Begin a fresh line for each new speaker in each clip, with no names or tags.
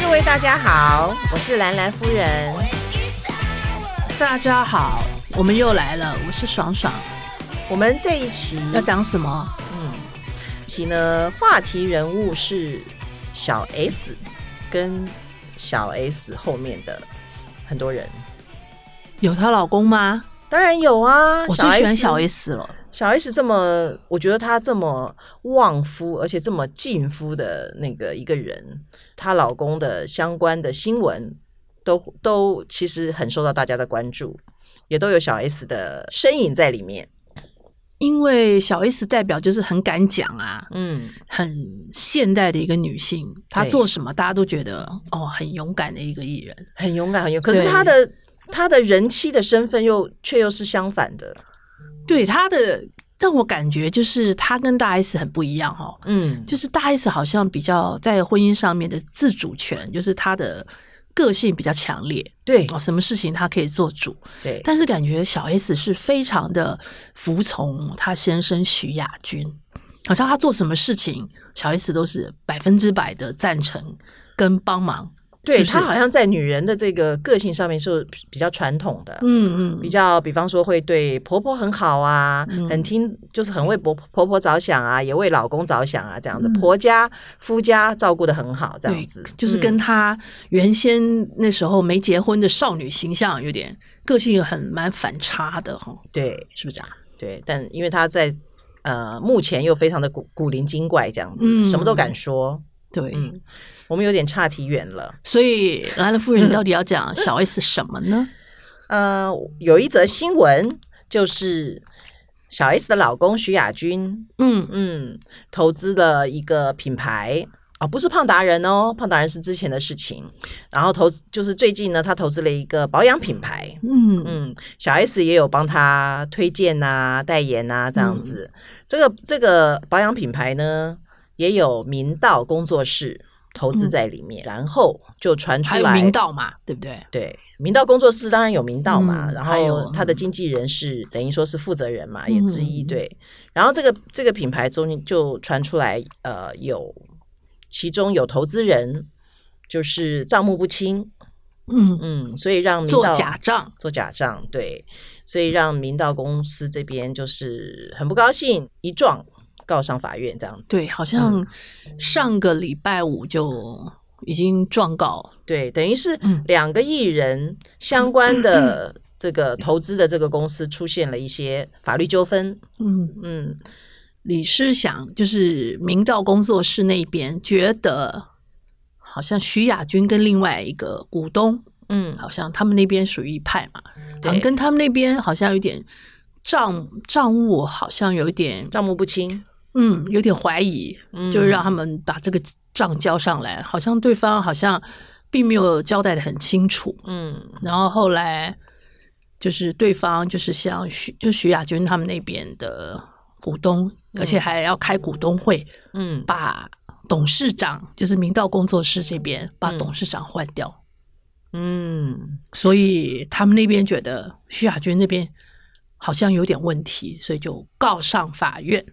各位大家好，我是兰兰夫人。
大家好，我们又来了，我是爽爽。
我们这一期
要讲什么？
期呢，话题人物是小 S 跟小 S 后面的很多人，
有她老公吗？
当然有啊。
我最喜欢
小
小 S 了。
小 S 这么，我觉得她这么旺夫，而且这么劲夫的那个一个人，她老公的相关的新闻都都其实很受到大家的关注，也都有小 S 的身影在里面。
因为小 S 代表就是很敢讲啊，
嗯，
很现代的一个女性，她
对
做什么大家都觉得哦很勇敢的一个艺人。
很勇敢，很勇敢。可是
对
她的她的人妻的身份又却又是相反的。
对她的让我感觉就是她跟大 S 很不一样哦，
嗯，
就是大 S 好像比较在婚姻上面的自主权，就是她的个性比较强烈
对
哦，什么事情她可以做主。
对，
但是感觉小 S 是非常的服从她先生徐亚军，好像他做什么事情，小 S 都是百分之百的赞成跟帮忙。
对
是不是
她好像在女人的这个个性上面是比较传统的。
嗯
比较，比方说会对婆婆很好啊，
嗯
很听，就是很为婆婆婆着想啊，也为老公着想啊，这样的、
嗯
婆家夫家照顾的很好，这样
对
子，
就是跟
嗯
她原先那时候没结婚的少女形象有点个性很蛮反差的哈，
对
是不是啊？
对，但因为她在呃目前又非常的古古灵精怪这样子，
嗯
什么都敢说，
对，
嗯，我们有点岔题远了。
所 以兰兰夫人你到底要讲小 S 什么呢？
呃，有一则新闻就是小 S 的老公徐亚军
嗯，
嗯，投资了一个品牌啊、不是胖达人哦，胖达人是之前的事情。然后投资就是最近呢，他投资了一个保养品牌，
嗯
嗯，小 S 也有帮他推荐呐、代言呐、这
嗯
样子。这个这个保养品牌呢，也有明道工作室投资在里面，然后就传出
嗯还有
来
明道嘛，对不对？
对，明道工作室当然有明道嘛，
嗯
然
还
后
有
他的经纪人是、等于说是负责人嘛，
嗯
也之一对。然后这个这个品牌中就传出来，呃，有其中有投资人就是账目不清，
嗯，
嗯，所以让明
做
道
假账，
做假账，对，所以让明道公司这边就是很不高兴，一状告上法院这样子。
对，
嗯
好像上个礼拜五就已经状告，
对，等于是
嗯
两个艺人相关 的这个投资的这个公司出现了一些法律纠纷。
嗯，
嗯，
李诗祥就是明道工作室那边觉得，好像徐亚军跟另外一个股东，
嗯，
好像他们那边属于一派嘛，好
对
像跟他们那边好像有点账账务，好像有点
账目不清，
嗯，有点怀疑，
嗯
就是让他们把这个账交上来，好像对方好像并没有交代的很清楚，
嗯
然后后来就是对方就是像徐就徐亚军他们那边的股东，而且还要开股东会，
嗯，
把董事长就是明道工作室这边把
嗯
董事长换掉，
嗯，
所以他们那边觉得徐亚军那边好像有点问题，所以就告上法院。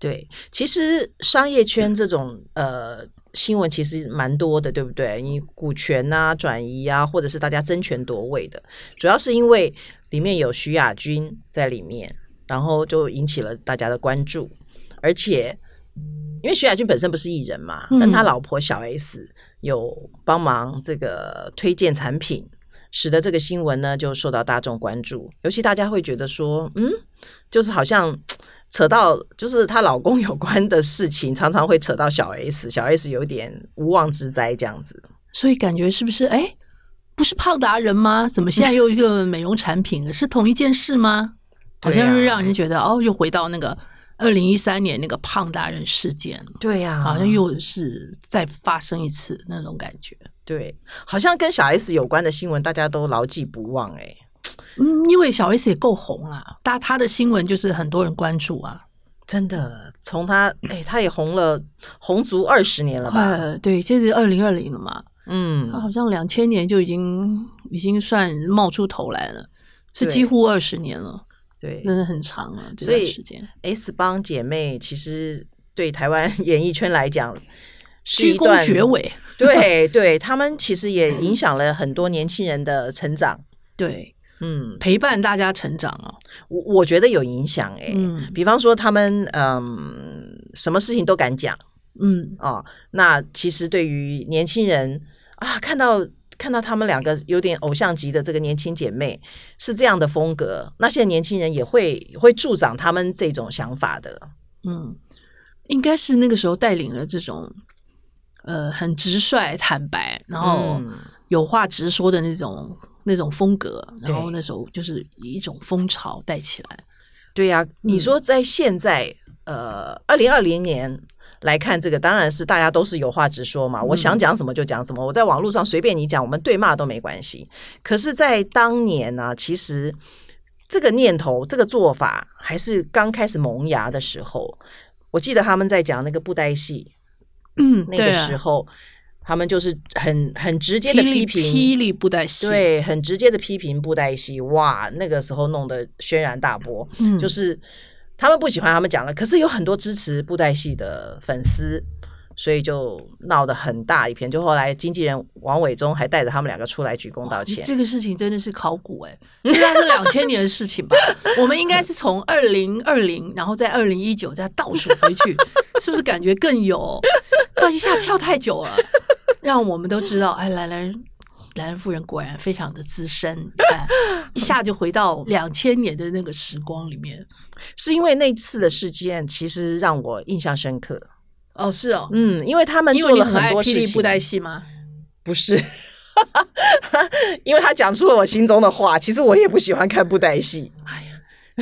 对，其实商业圈这种呃。新闻其实蛮多的，对不对？你股权啊、转移啊，或者是大家争权夺位的，主要是因为里面有徐亚军在里面，然后就引起了大家的关注。而且，因为徐亚军本身不是艺人嘛，
嗯
但他老婆小 S 有帮忙这个推荐产品，使得这个新闻呢就受到大众关注。尤其大家会觉得说，嗯，就是好像。扯到就是她老公有关的事情，常常会扯到小 S，小 S 有点无妄之灾这样子。
所以感觉是不是哎，不是胖达人吗？怎么现在又一个美容产品了？是同一件事吗？好
对啊
像又让人觉得、哦，又回到那个二零一三年那个胖达人事件，
对呀、
好像又是再发生一次那种感觉。
对，好像跟小 S 有关的新闻，大家都牢记不忘哎、
嗯，因为小 S 也够红啦、啊，但她的新闻就是很多人关注啊，
真的，从她哎、她也红了，红足二十年了吧？
呃，对，这是二零二零了嘛，
嗯
她，好像两千年就已经已经算冒出头来了，是
对
几乎二十年了，
对
真的很长了这
所以
段时间。
，S 帮姐妹其实对台湾演艺圈来讲，是
鞠
一段
躬绝。尾。
对对，他们其实也影响了很多年轻人的成长。
对，
嗯，
陪伴大家成长哦。
我我觉得有影响诶、
嗯
比方说他们嗯，什么事情都敢讲
嗯，
啊、哦那其实对于年轻人啊，看到看到他们两个有点偶像级的这个年轻姐妹是这样的风格，那现在年轻人也会会助长他们这种想法的。
嗯，应该是那个时候带领了这种呃很直率、坦白，然后
嗯
有话直说的那种那种风格。
对
然后那时候就是一种风潮带起来。
对呀、
嗯
你说在现在、呃二零二零年来看这个，当然是大家都是有话直说嘛，我
嗯
想讲什么就讲什么，我在网络上随便你讲，我们对骂都没关系。可是，在当年呢、其实这个念头、这个做法还是刚开始萌芽的时候。我记得他们在讲那个布袋戏
嗯，
那
对
个
啊
时候，他们就是很很直接的
霹雳
批评，
霹雳布袋戏，，
对，很直接的批评布袋戏，哇，那个时候弄得轩然大波，
嗯
就是他们不喜欢他们讲了，可是有很多支持布袋戏的粉丝，所以就闹得很大一片。就后来经纪人王伟忠还带着他们两个出来鞠躬道歉，
这个事情真的是考古哎、这大概是两千年的事情吧。 我们应该是从二零二零，然后在二零一九再倒数回去，是不是感觉更有？不然一下跳太久了，让我们都知道，哎，兰兰兰兰夫人果然非常的资深，你看一下就回到两千年的那个时光里面。
是因为那次的事件其实让我印象深刻。
哦，是哦，
嗯，因为他们
因为
做
你
了
很
很
爱
多
霹
事
雳布袋
情，
戏吗？
不是。 因为他讲出了我心中的话，其实我也不喜欢看布袋戏，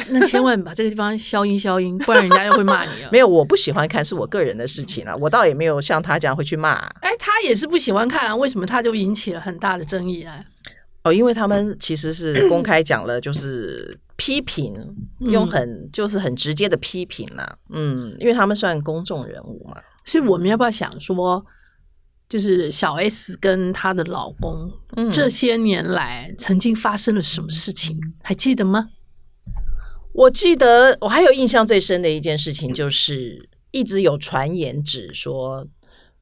那千万把这个地方消音消音，不然人家又会骂你了。
没有我不喜欢看是我个人的事情啊了，我倒也没有像他这样会去骂、
哎，他也是不喜欢看、啊，为什么他就引起了很大的争议啊？
哦，因为他们其实是公开讲了，就是批评，用很就是很直接的批评啦、嗯，因为他们算公众人物嘛。
所以我们要不要想说，就是小 S 跟她的老公、
嗯
这些年来曾经发生了什么事情，还记得吗？
我记得我还有印象最深的一件事情，就是一直有传言指说，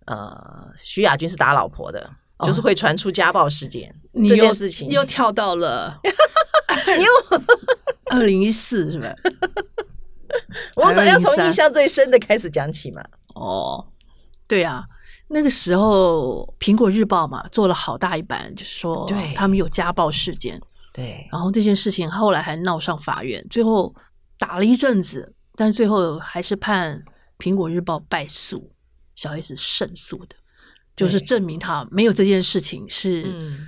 呃，徐亚军是打老婆的，就是会传出家暴事件
你
这
又
件事情。
又跳到 了，又二零一四是吧？
我总要从
2013
印象最深的开始讲起嘛。
哦，对啊，那个时候《苹果日报》嘛做了好大一版，就是说
对
他们有家暴事件，
对，
然后这件事情后来还闹上法院，最后打了一阵子，但是最后还是判《苹果日报》败诉，小 S 胜诉的，就是
对
证明他没有这件事情是
嗯。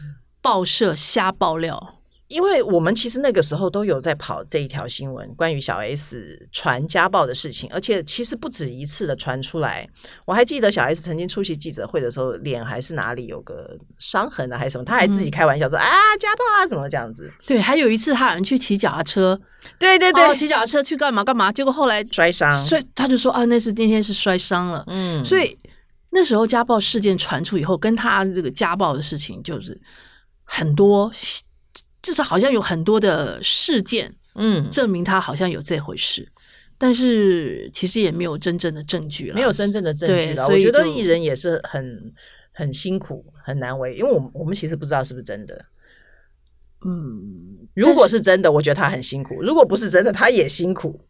报社瞎爆料。
因为我们其实那个时候都有在跑这一条新闻，关于小 S 传家暴的事情，而且其实不止一次的传出来。我还记得小 S 曾经出席记者会的时候，脸还是哪里有个伤痕啊，还是什么，她还
嗯
自己开玩笑说、啊家暴啊，怎么这样子？
对，还有一次他好像去骑脚踏车，
对对对，
哦，骑脚踏车去干嘛干嘛，结果后来
摔伤，
摔，他就说啊，那是那天是摔伤了，
嗯，
所以那时候家暴事件传出以后，跟他这个家暴的事情，就是很多，就是好像有很多的事件
嗯，
证明他好像有这回事，但是其实也没有真正的证据了，
没有真正的证据
对
了。
所
我
以
觉得
就
艺人也是很很辛苦，很难为，因为我们我们其实不知道是不是真的。
嗯，
如果是真的，我觉得他很辛苦；如果不是真的，他也辛苦。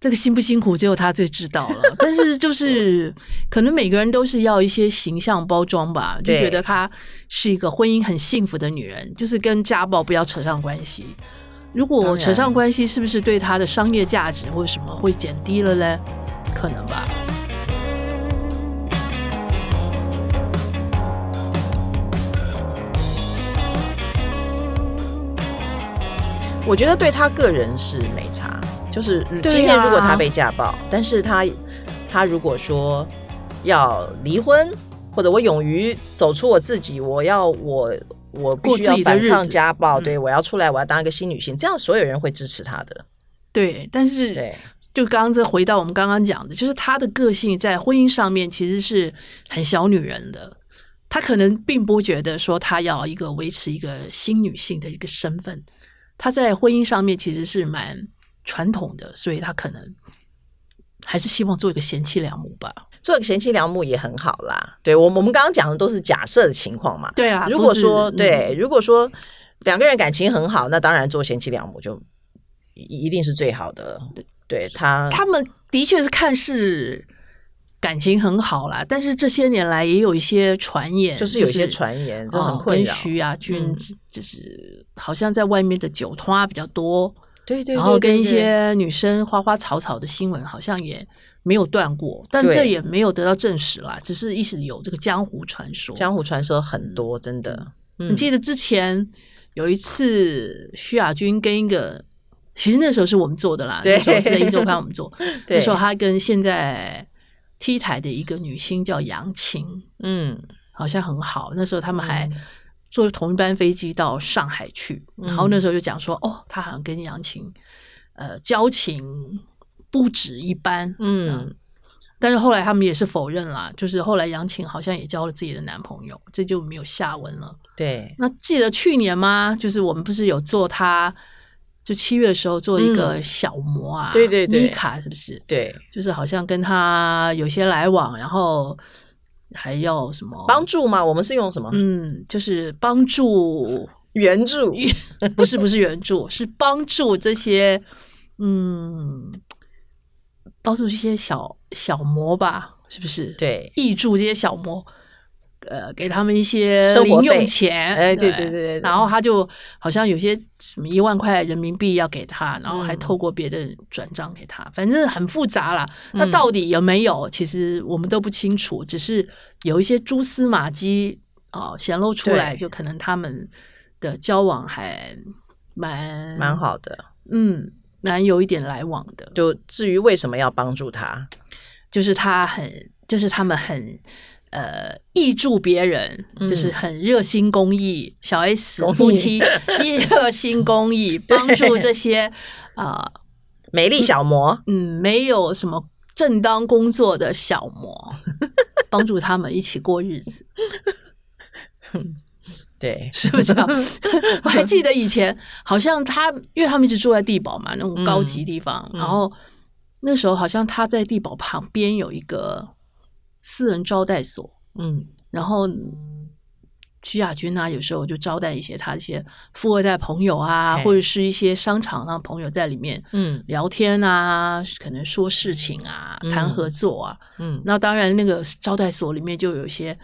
这个辛不辛苦，只有他最知道 了。但是就是
嗯
可能每个人都是要一些形象包装吧，就
对
觉得她是一个婚姻很幸福的女人，就是跟家暴不要扯上关系。如
当
果
然
扯上关系，是不是对她的商业价值或者什么会减低了嘞？可能吧。
我觉得对他个人是没差，就是
对啊
今天如果他被家暴，但是他他如果说要离婚，或者我勇于走出我自己，我要我我必须
过自
要
己的
反
日
抗
子
家暴，
嗯
对我要出来，我要当一个新女性，这样所有人会支持他的。
对，但是
对，
就刚刚这回到我们刚刚讲的，就是她的个性在婚姻上面其实是很小女人的，她可能并不觉得说她要一个维持一个新女性的一个身份，她在婚姻上面其实是蛮传统的，所以她可能还是希望做一个贤妻良母吧。
做个贤妻良母也很好啦。对我们，我们刚刚讲的都是假设的情况嘛。
对啊，
如
都
果
是
说、
嗯
对，如果说两个人感情很好，那当然做贤妻良母就一一定是最好的。对他，
他们的确是看似感情很好啦，但是这些年来也有一些传言，
就是有一些传言，这很
哦
困
跟
扰。
徐亚军
嗯
就是好像在外面的酒托啊比较多，
对对对，
然后跟
对
一
对
些女生花花草草的新闻好像也没有断过，但
对
这也没有得到证实啦，只是一直有这个江湖传说。
江湖传说很多，真的。嗯
你记得之前有一次徐亚军跟一个，其实那时候是我们做的啦，
对
那时候是在一周刊我们做，
对
那时候他跟现在 T 台的一个女星叫杨晴，
嗯，
好像很好。那时候他们还
嗯
坐同一班飞机到上海去，
嗯
然后那时候就讲说，哦，他好像跟杨晴，呃，交情不止一般。啊
嗯，
但是后来他们也是否认啦，就是后来杨晴好像也交了自己的男朋友，这就没有下文了。
对，
那记得去年吗？就是我们不是有做他，就七月的时候做一个小模啊，
嗯对对对
妮卡是不是？
对，
就是好像跟他有些来往，然后还要什么
帮？助嘛，我们是用什么
嗯，就是帮助，
援助？
不是不是援助， 是帮助这些，嗯，帮助这些小小魔吧，是不是？，
对，
益助这些小魔，呃，给他们一些
生活
零
费
用钱，
哎对对对对对
然后他就好像有些什么一万块人民币要给他，然后还
嗯
透过别的人转账给他，反正很复杂啦。那
嗯
到底有没有？其实我们都不清楚，只是有一些蛛丝马迹哦显露出来，
对
就可能他们的交往还蛮
蛮，好的。
嗯，蛮有一点来往的，
就至于为什么要帮助他，
就是他很，就是他们很。呃，益助别人，
嗯
就是很热心公益。小 S
公益
夫妻也 热心 公益，帮助这些呃
美丽小魔，
嗯，没有什么正当工作的小 魔，帮助他们一起过日子，
对，
是不是 这样？我还记得以前好像他，因为他们一直住在地堡嘛，那种高级地方，
嗯
然后那时候好像他在地堡旁边有一个私人招待所，
嗯，
然后徐亚军啊，有时候就招待一些他一些富二代朋友啊，
哎
或者是一些商场上朋友在里面
嗯
聊天啊，可能说事情啊，谈
嗯
合作啊。
嗯，
那当然，那个招待所里面就有一些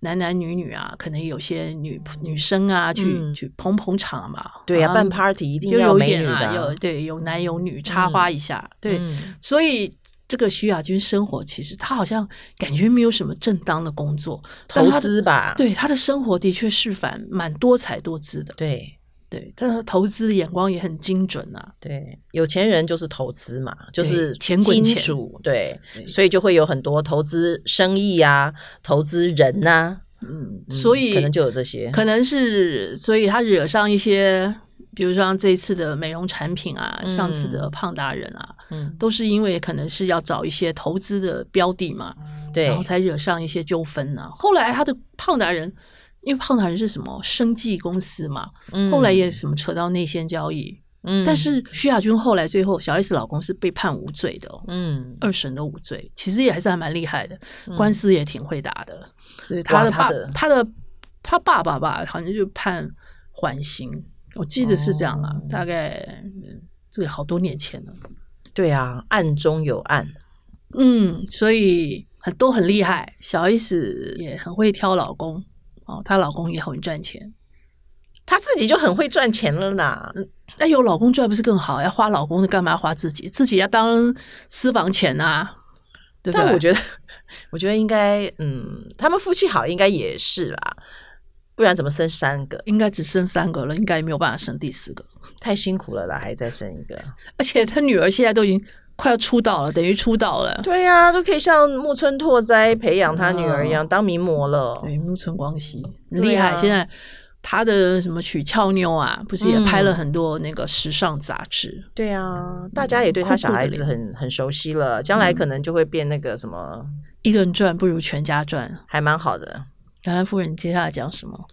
男男女女啊，可能有些女女生啊，去、
嗯
去捧捧场嘛。
对呀、
啊
办 party 一定
就
要
有一
美
点
女的
啊，
啊，
有对有男有女插花一下，对，
嗯
所以。这个徐亚军生活其实他好像感觉没有什么正当的工作，但
投
他的
资吧，
对他的生活的确是反蛮多彩多姿的，
对
对，但他投资的眼光也很精准啊。
对，有钱人就是投资嘛，就是
钱滚
金
钱
主，对，
对
所以就会有很多投资生意啊，投资人呐、
嗯，
嗯
所以
可能就有这些，
可能是，所以他惹上一些，比如说像这一次的美容产品啊，
嗯
上次的胖达人啊，
嗯，
都是因为可能是要找一些投资的标的嘛，
对
然，后才惹上一些纠纷呢、后来他的胖达人，因为胖达人是什么生计公司嘛，
嗯
后来也什么扯到内线交易，
嗯
但是徐亚军后来最后小 S 老公是被判无罪的、哦。
嗯，
二审都无罪，其实也还是还蛮厉害的，官司也挺会打的。所以
哇
他的
他
爸
的，
他的他爸爸吧，好像就判缓刑，我记得是这样啦，
哦
大概嗯这个好多年前了。
对啊，暗中有暗，
嗯，所以很都很厉害，小 S 也很会挑老公哦，她老公也很赚钱。
他自己就很会赚钱了啦，
那有老公赚不是更好？要花老公的干嘛花自己？自己要当私房钱啊，对不对？
但我觉得，我觉得应该，嗯，他们夫妻好应该也是啦，不然怎么生三个？
应该只生三个了，应该没有办法生第四个。
太辛苦了啦，还再生一个？
而且他女儿现在都已经快要出道了，等于出道了。
对呀、都可以像木村拓哉培养他女儿一
嗯
样、当名模了。
对，哎木村光希很
对
厉害。
啊
现在他的什么曲俏妞啊，不是也
嗯
拍了很多那个时尚杂志？
对呀、大家也对他小孩子很很熟悉了，将来可能就会变那个什么，
一个人赚不如全家赚。
还蛮好的。
橄榄夫人接下来讲什么？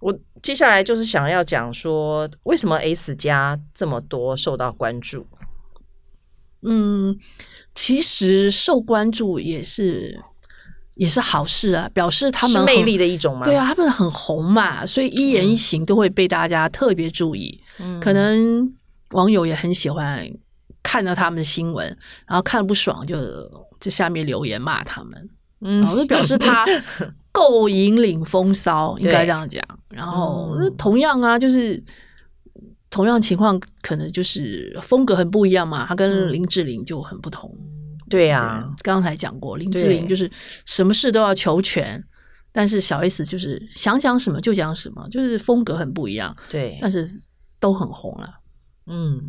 我接下来就是想要讲说，为什么 S 家这么多受到关注？
嗯，其实受关注也是也是好事啊，表示他们
是
很
魅力的一种吗？
对，啊，他们很红嘛，所以一言一行都会被大家特别注意。
嗯
可能网友也很喜欢看到他们的新闻，然后看了不爽就在下面留言骂他们，
嗯
然后就表示他够引领风骚，应该这样讲。然后
嗯
同样啊，就是。同样情况，可能就是风格很不一样嘛。他跟
嗯
林志玲就很不同。
对啊，
刚才讲过，林志
对
玲就是什么事都要求全，但是小 S 就是想讲什么就讲什么，就是风格很不一样，
对，
但是都很红啊了、
嗯，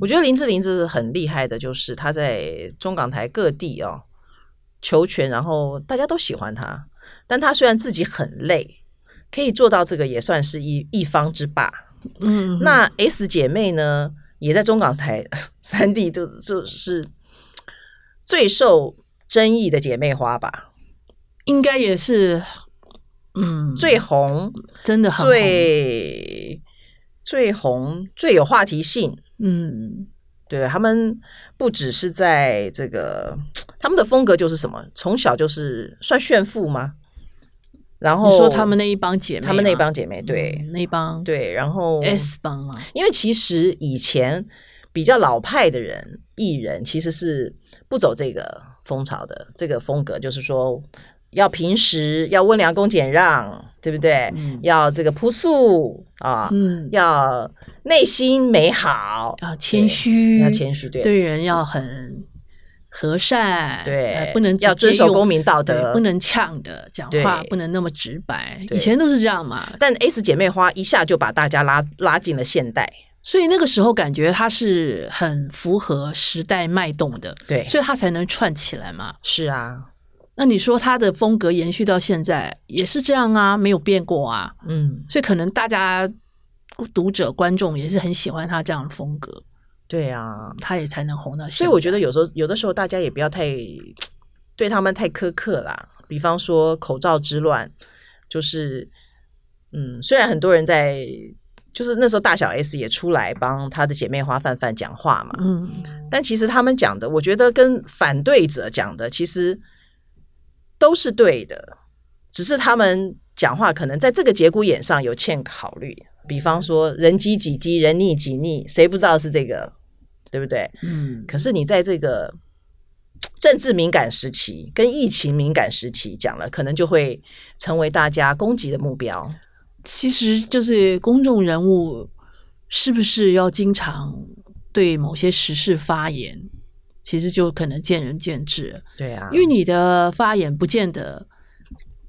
我觉得林志玲这是很厉害的，就是她在中港台各地哦求全，然后大家都喜欢她。但她虽然自己很累，可以做到这个也算是一一方之霸。
嗯，
那 S 姐妹呢，也在中港台 三地就就是最受争议的姐妹花吧，
应该也是，嗯，
最红、
真的很红，
最最红、最有话题性，
嗯，
对他们不只是在这个，他们的风格就是什么？从小就是算炫富吗？然后
你说他们那一帮姐妹啊，
他们那帮姐妹，对、
嗯哎那一帮
对，然后
S 帮嘛，
因为其实以前比较老派的人艺人其实是不走这个风潮的，这个风格就是说要平时要温良恭俭让，对不对？
嗯
要这个朴素啊，
嗯
要内心美好，
啊，谦虚，
要谦虚，对
对人要很和善，
对，
呃不能直
要遵
接
守
用
公民道
对
德，
不。能呛的讲
对
话，不能那么直白。
对
以前都是这样嘛，
但 S 姐妹花一下就把大家拉拉进了现代，
所以那个时候感觉它是很符合时代脉动的，
对
所以它才能串起来嘛。
是啊，
那你说它的风格延续到现在也是这样啊，没有变过啊，
嗯，
所以可能大家读者观众也是很喜欢他这样的风格，
对啊，
他也才能红到现在。
所以我觉得有时候有的时候大家也不要太对他们太苛刻啦，比方说口罩之乱，就是嗯，虽然很多人在。就是那时候，大小 S 也出来帮她的姐妹花范范讲话嘛，
嗯，
但其实他们讲的，我觉得跟反对者讲的其实都是对的，只是他们讲话可能在这个节骨眼上有欠考虑。比方说，人机几机，人逆几逆，谁不知道是这个，对不对？
嗯，
可是你在这个政治敏感时期跟疫情敏感时期讲了，可能就会成为大家攻击的目标。
其实就是公众人物是不是要经常对某些时事发言，其实就可能见仁见智，
对啊，
因为你的发言不见得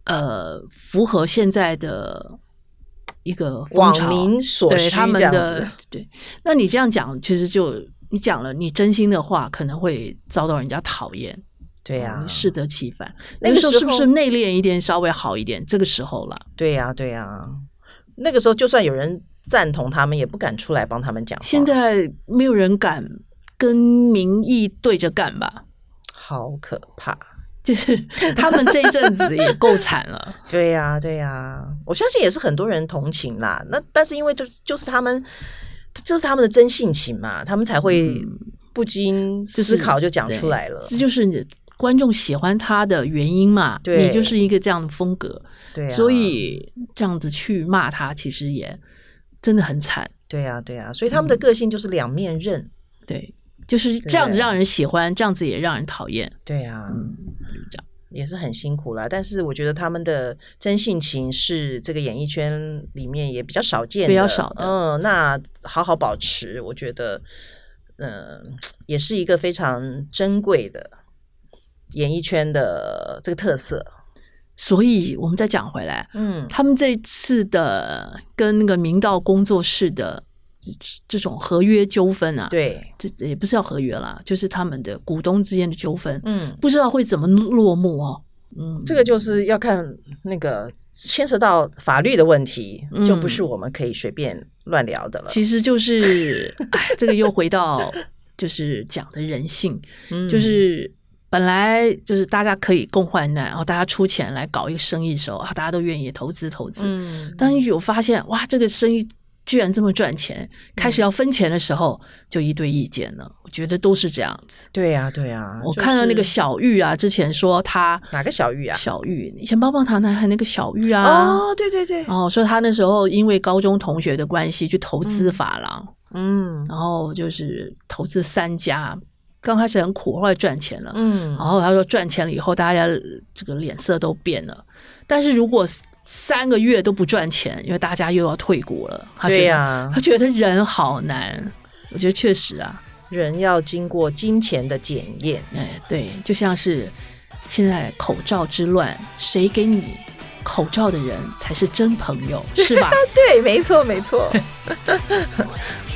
呃符合现在的一个风潮
网民所需
对他
这
们
样
的
子，
对。那你这样讲，其实就你讲了你真心的话，可能会遭到人家讨厌。
对啊呀、
你适得其反。
那
有
个
时候
时
是不
候哦
是内敛一点，稍微好一点？这个时候了，
对呀、对呀、那个时候就算有人赞同他们，也不敢出来帮他们讲话。
现在没有人敢跟民意对着干吧？
好可怕。
就是 他们这一阵子也够惨了。
对呀、对呀、我相信也是很多人同情啦。那但是因为就就是他们，这是他们的真性情嘛，他们才会不经
嗯就 是
思考就讲出来了。
这就是你观众喜欢他的原因嘛。
对
你就是一个这样的风格，
对呀、
所以这样子去骂他，其实也真的很惨。
对呀、对呀、所以他们
嗯
的个性就是两面刃。
对，就是这样子
对
让人喜欢，这样子也让人讨厌。
对呀、
嗯，
也是很辛苦啦。但是我觉得他们的真性情是这个演艺圈里面也比较少见的，
比较少的
嗯，那好好保持，我觉得，嗯、也是一个非常珍贵的演艺圈的这个特色。
所以我们再讲回来，
嗯，
他们这次的跟那个明道工作室的这这种合约纠纷啊，，
对，
这这也不是要合约啦，就是他们的股东之间的纠纷，
嗯，
不知道会怎么落幕哦。嗯，
这个就是要看那个牵涉到法律的问题，
嗯
就不是我们可以随便乱聊的了。
其实就是，哎，这个又回到就是讲的人性，
嗯
就是本来就是大家可以共患难，然后大家出钱来搞一个生意的时候，啊，大家都愿意投资投资，
嗯，
当有发现哇，这个生意居然这么赚钱，开
嗯
始要分钱的时候就一堆意见了。我觉得都是这样子。
对呀、对呀、
我看到那个
就是
小玉啊，之前说他
哪个小玉啊？
小玉以前棒棒糖男孩那个小玉啊，
哦，对对对，
然后说他那时候因为高中同学的关系去投资发廊，
嗯
然后就是投资三家，刚开始很苦，后来赚钱了。
嗯
然后他说赚钱了以后，大家这个脸色都变了。但是如果三个月都不赚钱，因为大家又要退股了，他觉
对
得、
呀
他觉得人好难。我觉得确实啊，
人要经过金钱的检验，
哎，对，就像是现在口罩之乱，谁给你口罩的人才是真朋友，是吧？
对，没错没错。
「君の声が聞こえてる」